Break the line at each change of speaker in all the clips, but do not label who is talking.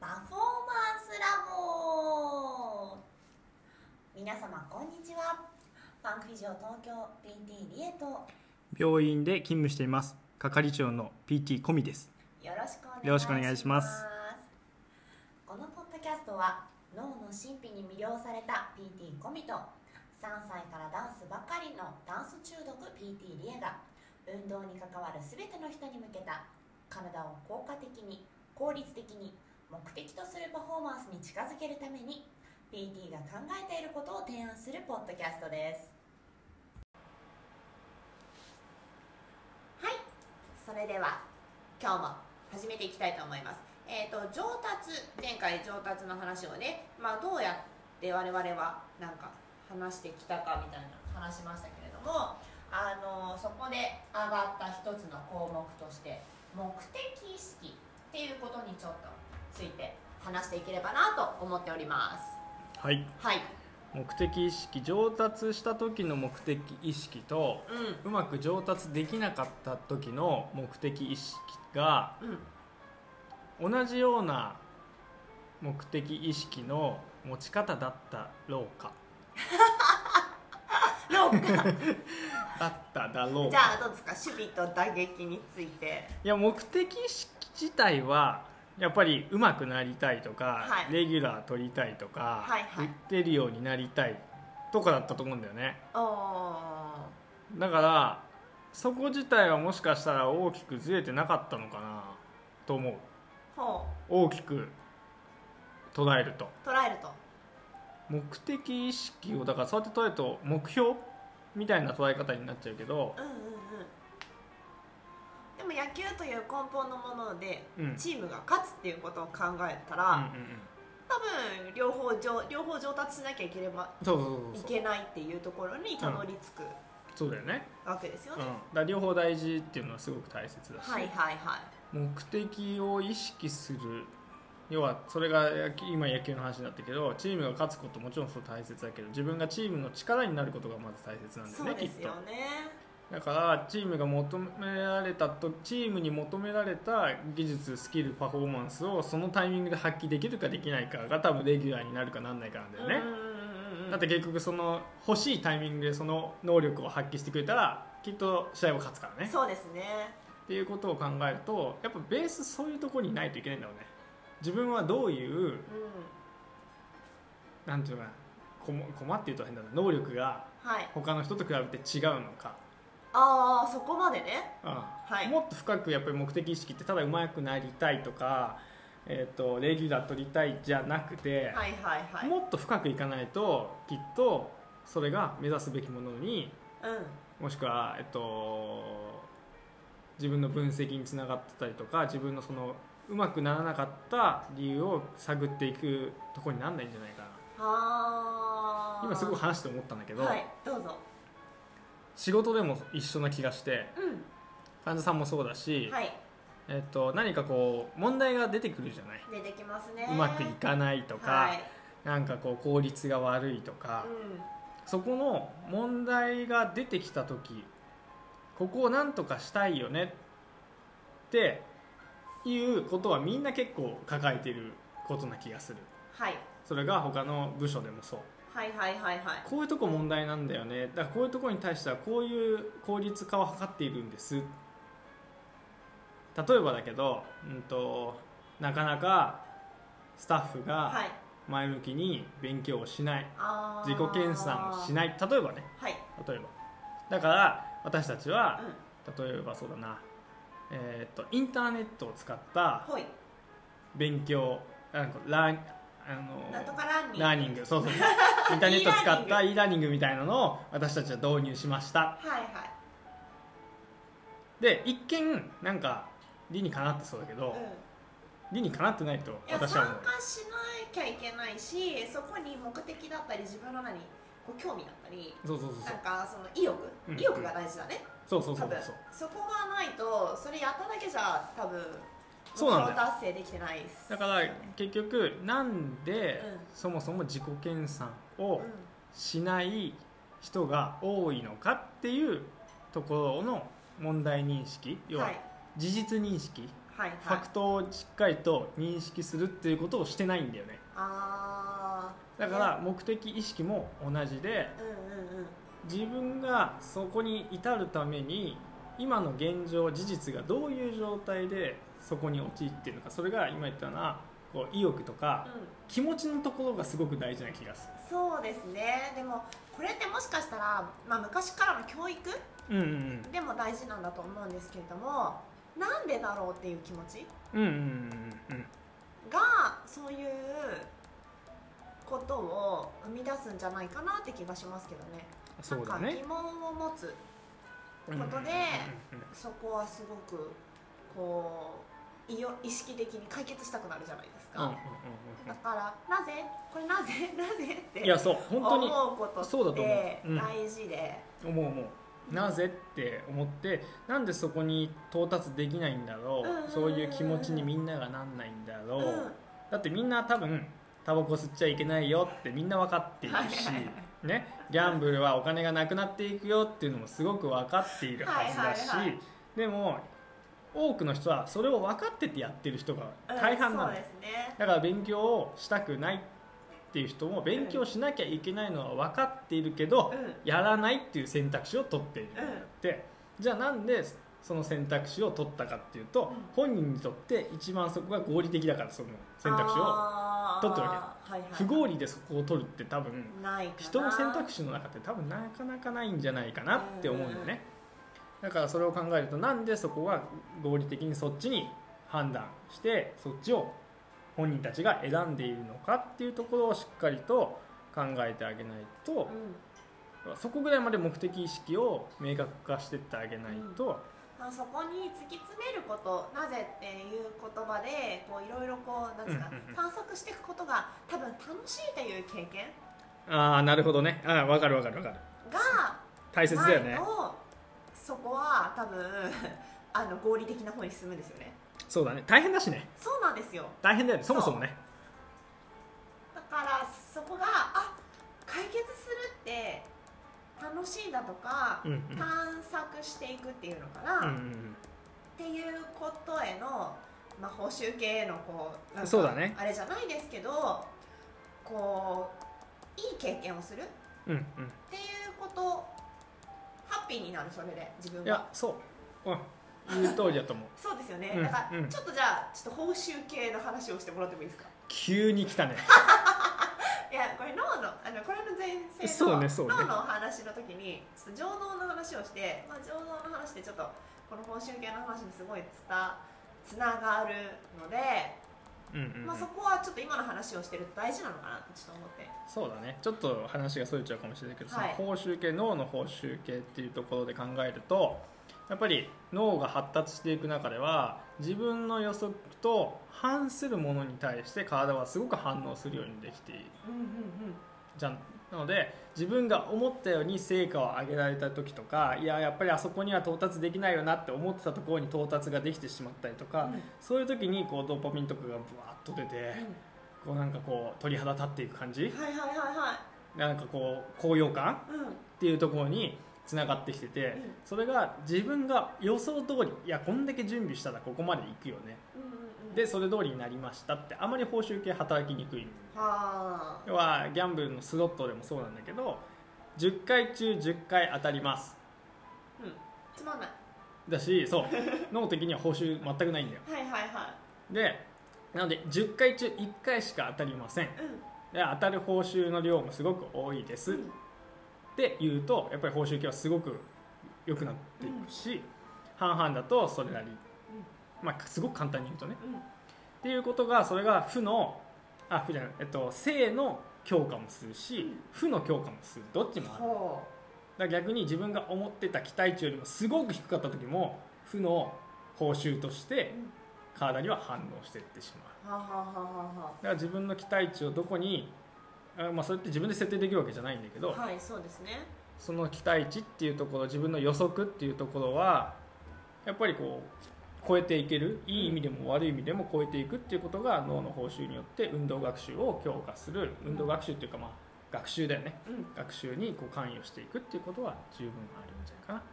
パフォーマンスラボ皆様こんにちはパンク以上東京 PT リエと
病院で勤務しています係長の PT 込みです
よろしくお願いします
よろしくお願いします
このポッドキャストは脳の神秘に魅了された PT コミと3歳からダンスばかりのダンス中毒 PT リエが運動に関わる全ての人に向けた体を効果的に効率的に目的とするパフォーマンスに近づけるために PT が考えていることを提案するポッドキャストですはいそれでは今日も始めていきたいと思います。えー、と上達前回上達の話をね、まあ、どうやって我々はなんか話してきたかみたいな話しましたけれどもあのそこで上がった一つの項目として目的意識っていうことにちょっとついて話していければなと思っております。
はい
はい、
目的意識上達した時の目的意識と
う
うまく上達できなかった時の目的意識が
ん、うん、
同じような目的意識の持ち方だったろうか
ローカ
だっただろう
じ
か
ゃあどうですか守備と打撃について。
いや目的意識自体はやっぱり上手くなりたいとか、
はい
レギュラー取りたいとか、
はいはい
言ってるようになりたいとかだったと思うんだよね
おー
だからそこ自体はもしかしたら大きくずれてなかったのかなと思う
ほ
大きく捉えると
う捉えると。
目的意識をだからそうやって捉えると目標みたいな捉え方になっちゃうけど
うんうんうん、でも野球という根本のもので、
うん
チームが勝つっていうことを考えた
うんうんう
ら、
ん
多分両方上両方上達しなきゃいければ
そうそう
い
そうそう
けないっていうところにたどり着く
そうだよね、
わけですよ
うん、だ
ね。
から両方大事っていうのはすごく大切だし、
はいはいはい。
目的を意識する要はそれが野球今野球の話になったけどチームが勝つこともちろんそう大切だけど自分がチームの力になることがまず大切なんだよ
そう
ね
で
き
す
っと
よね。
だからチームが求められたとチームに求められた技術スキルパフォーマンスをそのタイミングで発揮できるかできないかが多分レギュラーになるかなんないかなんだよね、
うんうんうんうん
だって結局その欲しいタイミングでその能力を発揮してくれたらきっと試合は勝つからね
そうですね。
っていうことを考えるとやっぱベースそういうところにないといけないんだろうね自分はどういう
うん
なんていうのかなこも駒っていうと変だな能力が
はい。
他の人と比べて違うのか、
ああそこまでね。
うん
い
もっと深くやっぱり目的意識ってただ上手くなりたいとか、えー、とレギュラー取りたいじゃなくて、
はいはいはい。
もっと深くいかないときっとそれが目指すべきものに
うん。
もしくは、えっと、自分の分析につながってたりとか自分のそのうまくならなかった理由を探っていくところになんないんじゃないか
ああ。
な今すごく話して思ったんだけど、
はいどうぞ。
仕事でも一緒な気がして
う
患者さんもそうだし、
ん。はい。
えっと、何かこう問題が出てくるじゃない、
出てきますね。
うまくいかないとか、
はい
なんかこう効率が悪いとか、
う
そこの問題が出てきた時ここをなんとかしたいよねっていうことはみんな結構抱えてることな気がする
んはい、
それが他の部署でもそう
はいはいはいはい
こういうとこ問題なんだよねだからこういうとこに対してはこういう効率化を図っているんです例えばだけど、うん、となかなかスタッフ
は
が
い
前向きに勉強をしない、
あー
自己研鑽をしない例えばね
はい、
例えばだから私たちは
う
例えばそうだなえーっとインターネットを使っ
ん、
た
ほい
勉強あのラーあの
なんとかランニング
ラーニング そうそうそうインターネットを使った e ラーニングみたいなのを私たちは導入しました
はい
で一見なんか理にかなってそうだけど
はい、、
理にかなってないと
うん、いや
私は思
参
う
加しなきゃいけないしそこに目的だったり自分の何こう興味だったり
そうそうそう
なんかその意欲、
うん
意欲が大事だね、
そうそうそ
多
うそ
分
うそ
そ
う
こがないとそれやっただけじゃ多分
そうなんだ
目
よ
標達成できてないっす
だ
よね
から結局なんで
うん
そもそも自己研鑽を
うん
しない人が多いのかっていうところの問題認識要は
はい
事実認識
はい
フ
は
ァ
い
クトをしっかりと認識するっていうことをしてないんだよね
あー
だから目的意識も同じで
うんうんうん
自分がそこに至るために今の現状事実がどういう状態でそこに陥っているのかそれが今言ったようなこう意欲とか
うん
気持ちのところがすごく大事な気がす
そうですねでもこれってもしかしたら、まあ、昔からの教育
るうんうん
でも大事なんだと思うんですけれどもなんでだろうっていう気持ち
うんうんうんうん
がそういうことを生み出すんじゃないかなって気がしますけどね
そうだ
なんか
ね
疑問を持つ
うん
ことで
うんうんうん
そこはすごくこう意よ意識的に解決したくなるじゃないです
うんうん
か、だからなぜこれなぜなぜっ
うん
て
うんいやそう本当
思うこと
そうだ
っ
と思
て
ううん
大事で、
に思う思うなぜって思ってなんでそこに到達できないんだろ
うんうんうんうん
うそういう気持ちにみんながなんないんだろ
うん
うだってみんな多分タバコ吸っちゃいけないよってみんな分かっている
はい
し
はいは、
ね、ギャンブルはお金がなくなっていくよっていうのもすごく分かっているはずだし、
はいはいはい
でも多くの人はそれを分かっててやってる人が
うん
大半なん
そう
だ,、
ですね
だから勉強をしたくないっていう人も勉強しなきゃいけないのは分かっているけど、
うん
やらないっていう選択肢を取っている
うん
でじゃあなんでその選択肢を取ったかっていう
う
と、
ん
本人にとって一番そこが合理的だからその選択肢を取ってるわ
け、はいはい、
不合理でそこを取るって多分
ないかな
人の選択肢の中って多分なかなかないんじゃないかなって思うんだよね、だからそれを考えるとなんでそこは合理的にそっちに判断してそっちを本人たちが選んでいるのかっていうところをしっかりと考えてあげないと、
うん
そこぐらいまで目的意識を明確化してってあげないと、
まあ、そこに突き詰めることなぜっていう言葉でこういろいろこうなんですか、
うんうんうん
探索していくことが多分楽しいという経験
ああなるほどねああ分かる分かる分かる
が
大切だよね
ないとそこは多分 あの合理的な方に進むんですよね
そうだね大変だしね
そうなんですよ
大変だよねそもそもね
だからそこがあ解決するって楽しいだとか、
うんうん
探索していくっていうのかな、
うんう
っ
ん
ていうことへの、まあ、報酬系へのこうなんか
そうだね
あれじゃないですけどこういい経験をするっ
うんうん
ていうことハッピーになるそれで自分
うんい
が
やそう、うん、言う通りだと思う
そうですよね、
うん
だから、
うん
ちょっとじゃあちょっと報酬系の話をしてもらってもいいですか
急に来 たね
いやこれ脳のあのこれの前世の
そうねそうね
脳のお話の時にちょっと情動の話をして、まあ、情動の話でちょっとこの報酬系の話にすごいつたつながるので、
うんうん、うん
まあ、そこはちょっと今の話をしてると大事なのかなってちょっと思って
そうだねちょっと話がそれちゃうかもしれないけど、
はい
その報酬系脳の報酬系っていうところで考えるとやっぱり脳が発達していく中では自分の予測と反するものに対して体はすごく反応するようにできている
うんうんうん
じゃんなので自分が思ったように成果を上げられた時とかいややっぱりあそこには到達できないよなって思ってたところに到達ができてしまったりとか、
うん
そういう時にこうドーパミンとかがブワーッと出て、こうなんかこう鳥肌立っていく感
は
じ
いはいはいは
なんかこう高揚感
いうん
っていうところにつながってきてて、
うん
それが自分が予想通りいやこんだけ準備したらここまで行くよね
うんうんうん
でそれ通りになりましたってあまり報酬系働きにくい
はあ
要はギャンブルのスロットでもそうなんだけど10回中10回当たります
うんつまんない
だしそう脳的には報酬全くないんだよ
はいはいは
でなので10回中1回しか当たりません
いうん
で当たる報酬の量もすごく多いです、
うん
って言うとやっぱり報酬系はすごく良くなっていくし、半々だとそれなり、まあ、すごく簡単に言うとねっていうことがそれが負のあ負じゃない、えっと、正の強化もするし、負の強化もするどっち
うん
もあるだか
ほ
ら逆に自分が思ってた期待値よりもすごく低かった時も負の報酬とし
う
て
うん
体には反応していってしまう
はあはあはあは
だから自分の期待値をどこにあまあそれって自分で設定できるわけじゃないんだけ
あ
ど、
ははいそうですね
その期待値っていうところ自分の予測っていうところはやっぱりこう超えていけるいい意味でも悪い意味でも超えていくっていうことが脳の報酬によって運動学習を強化する運動学習っていうかまあ学習だよね
うん
学習にこう関与していくっていうことは十分あるんじゃないか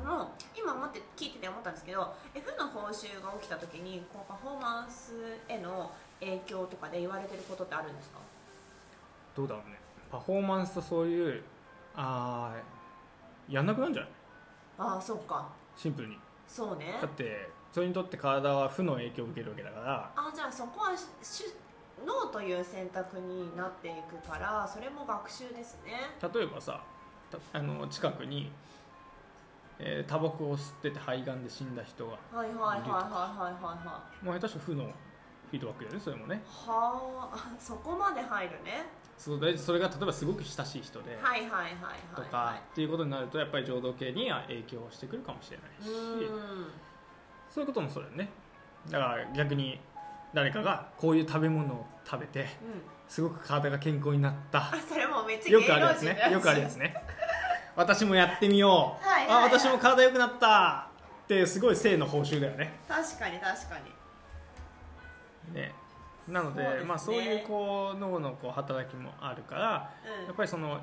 な
うーんああの今思って聞いてて思ったんですけど F の報酬が起きた時にこうパフォーマンスへの影響とかで言われてることってあるんですか
どうだろうねパフォーマンスとそういうあーやんなくなるんじゃない
ああそうか
シンプルに
そうね
だってそれにとって体は負の影響を受けるわけだから
あじゃあそこはししノーという選択になっていくからそれも学習ですね
例えばさたあの近くに、えータバコを吸ってて肺がんで死んだ人が
はいはいはいはいはいはいはい
もう下手したら負のフィードバックだよねそれもね
はあそこまで入るね
そうでそれが例えばすごく親しい人で
はいはいはいはい
とか、
は
っていうことになるとやっぱり浄土系には影響してくるかもしれない
い
し
うん
そういうこともそうだよねだから逆に誰かがこういう食べ物を食べて
うん
すごく体が健康になった
あそれもうめっちゃ
よくあるやつ
芸能人
ね
の
よくあるやつね私もやってみよう、
はいはいはい
あ私も体良くなったってすごい性の報酬だよね
確かに確かに
ねなので
そうですね
まあ、そういうこう脳のこう働きもあるからやっぱりその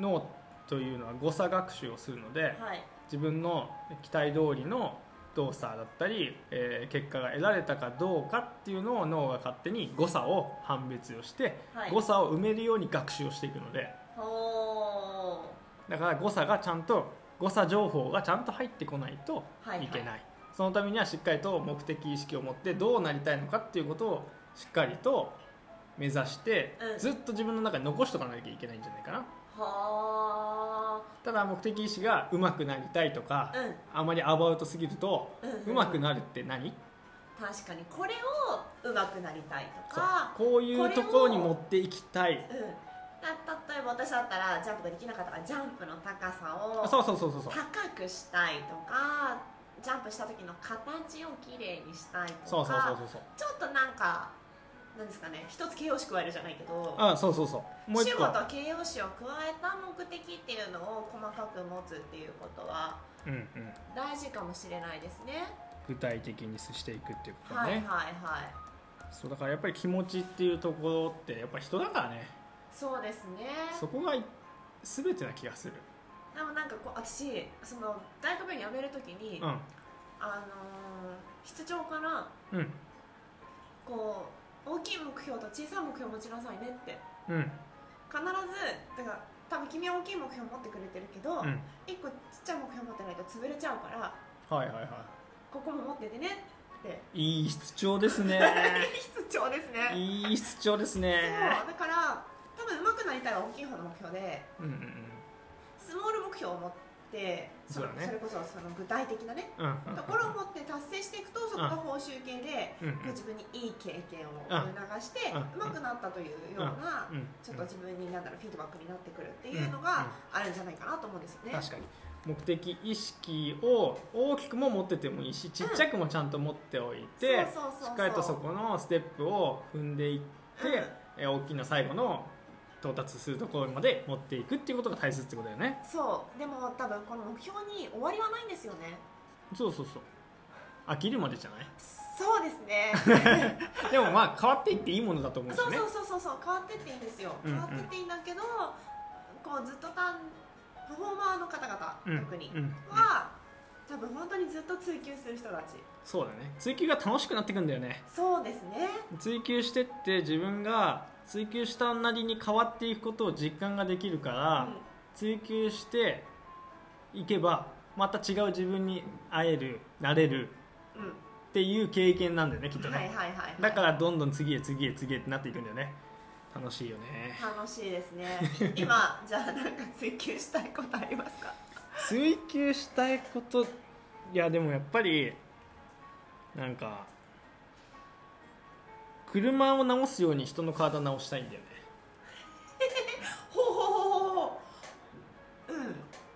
脳というのは誤差学習をするので、
うんはい
自分の期待通りの動作だったり、えー結果が得られたかどうかっていうのを脳が勝手に誤差を判別をして、
はい
誤差を埋めるように学習をしていくので
ほ
だから誤差がちゃんと誤差情報がちゃんと入ってこないと
はいはい
いけない、そのためにはしっかりと目的意識を持ってどうなりたいのかっていうことをしっかりと目指して、
うん
ずっと自分の中に残しとかなきゃいけないんじゃないかな
うは
ただ目的意識がうまくなりたいとか
あ、うん
あまりアバウトすぎると
うん
うまくなるって何
確かにこれをうまくなりたいと
そう
か
こういうところに持っていきたい
うんな例えば私だったらジャンプができなかったからジャンプの高さを
あそうそうそうそうそう
高くしたいとかジャンプした時の形をきれいにしたいとか
そうそうそうそうそう
ちょっとなんかなんですかね一つ形容詞加えるじゃないけど
あそうそうそうもう一
主
個
語と形容詞を加えた目的っていうのを細かく持つっていうことは
うんうん
大事かもしれないですね
具体的にしていくっていうこと
は
ね、
いはいはい
そうだからやっぱり気持ちっていうところってやっぱ人だからね
そうですね
そこが全てな気がする
でもなんかこう私その大学病院辞める時に、
うん
あのー室長から
うん
こう大きい目標と小さい目標を持ちなさいねって
うん
必ずだから多分君は大きい目標持ってくれてるけど、
うん
一個ちっちゃい目標持ってないと潰れちゃうから
はいはいは
ここも持っててねって
いいい室長で すね
必長ですね
いい室長です
そ
ね
うだから多分上手くなりたいは大きい方の目標で
うんうん
スモール目標を持ってそ
そうだね
それこそその具体的なね
うんうんうん
ところを持って達成していくとそこが報酬系で
うんうん
こう自分にいい経験を
うん
促して
うん
上手くなったというような
うん
ちょっと自分になんだろうフィードバックになってくるっていうのがあるんじゃないかなと思うんですよね。
確かに目的意識を大きくも持っててもいいしちっちゃくもちゃんと持っておいて、
そうそうそうそう
しっかりとそこのステップを踏んでいって、え大きな最後の到達するところまで持っていくっていうことが大切ってことだよね
そうでも多分この目標に終わりはないんですよね
そうそうそう飽きるまでじゃない
そうですね
でもまあ変わっていっていいものだと思うんです
そ
よ
う
ね
そうそうそうそう変わってっていいんですよ
うん
変
うん
わってっていいんだけど、こうずっとたんパフォーマーの方々、
うん
特に、
うんうん
は多分本当にずっと追求する人たち
そうだね追求が楽しくなってくんだよね
そうですね
追求してって自分が追求したなりに変わっていくことを実感ができるから、
うん
追求していけばまた違う自分に会えるなれる
う
っていう経験なんだよねきっと
ん、
ね、
はいはいはい、
だからどんどん次へ次へ次へってなっていくんだよね楽しいよね
楽しいです ね今じゃあなんか追求したいことありますか
追求したいこといやでもやっぱりなんか車を直すように人の体直したいんだよね
ほうほうほうほうほううん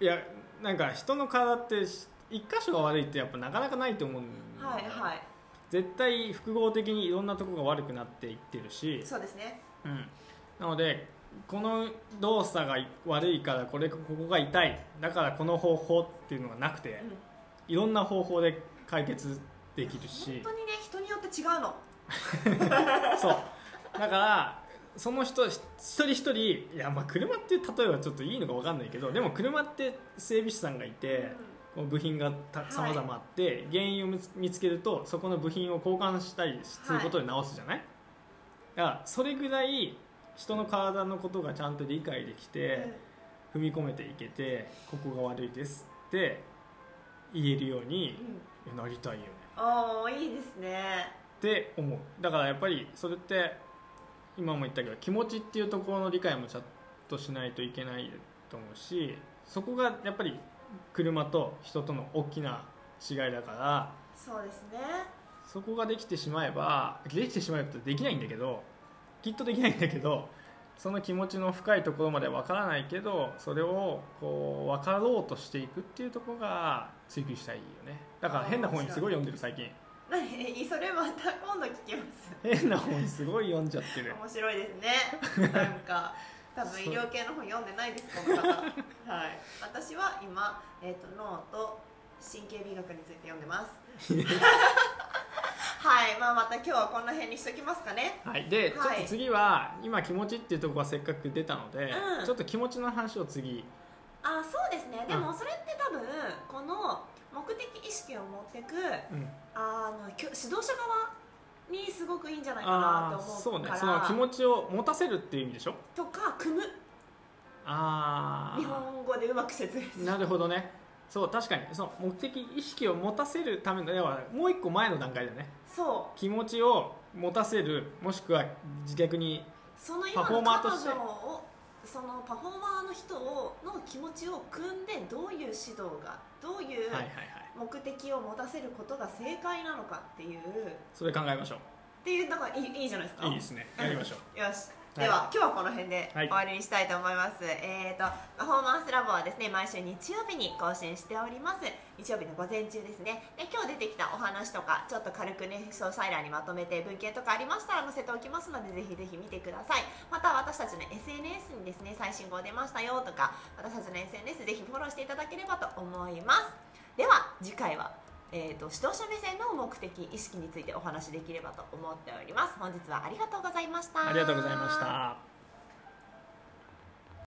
いやなんか人の体ってし一箇所が悪いってやっぱなかなかないと思うんだよ
はいはい
絶対複合的にいろんなとこが悪くなっていってるし
そうですね
うん、なのでこの動作が悪いからこれここが痛いだからこの方法っていうのがなくて
うん
いろんな方法で解決できる
本
し
当にね人によって違うの
そうだからその人ひ一人一人いやまあ車っていう例えばちょっといいのか分かんないけどでも車って整備士さんがいて
う
こう部品が
はい
さまざまあって、原因を見つ見つけるとそこの部品を交換したりすることで直すじゃない、だからそれぐらい人の体のことがちゃんと理解できて、踏み込めていけてここが悪いですって言えるように
うん
いやなりたいよね
おおいいですね
って思うだからやっぱりそれって今も言ったけど気持ちっていうところの理解もちゃんとしないといけないと思うしそこがやっぱり車と人との大きな違いだから
そうですね
そこができてしまえばできてしまえばってできないんだけどきっとできないんだけどその気持ちの深いところまでわからないけどそれをこう分かろうとしていくっていうところが追求したいよねだから変な本にすごい読んでる最近
何 それまた今度聞きます
変な本すごい読んじゃってる
面白いです ねなんか多分医療系の本読んでないですこの 方はい私は今、えー、と脳と神経美学について読んでます はいまあまた今日はこの辺にしときますかね
はい、で、
はい
ちょっと次は今気持ちっていうところがせっかく出たので、
うん
ちょっと気持ちの話を次
あそうですねでも
う
それって多分この目的意識を持ってく
うん
あのきょ指導者側にすごくいいんじゃないかな
あ
と
ー
思
そう
う
ね
から
その気持ちを持たせるっていう意味でしょ
とか組む
あ
日
あ
本語でうまく説明する
なるほどねそう確かにその目的意識を持たせるための要はもう一個前の段階だよね
そう
気持ちを持たせるもしくは逆に
その
パ
今
フォー
の
マー
彼
として
女をそのパフォーマーの人をの気持ちを組んでどういう指導がどういう
はいはいはい
目的を持たせることが正解なのかっていう、
それ考えましょ
っていうなんかいいいいじゃないですか
ういいですねやりましょう
よしでは、今日はこの辺で
は
終
い
わりにしたいと思います、えー、とパフォーマンスラボはですね毎週日曜日に更新しております日曜日の午前中ですねで今日出てきたお話とかちょっと軽くね詳細欄にまとめて文献とかありましたら載せておきますのでぜひぜひ見てくださいまた私たちの SNS にですね最新号出ましたよとか私たちの SNS ぜひフォローしていただければと思いますでは次回はえー、と指導者目線の目的意識についてお話しできればと思っております本日はありがとうございました
ありがとうございました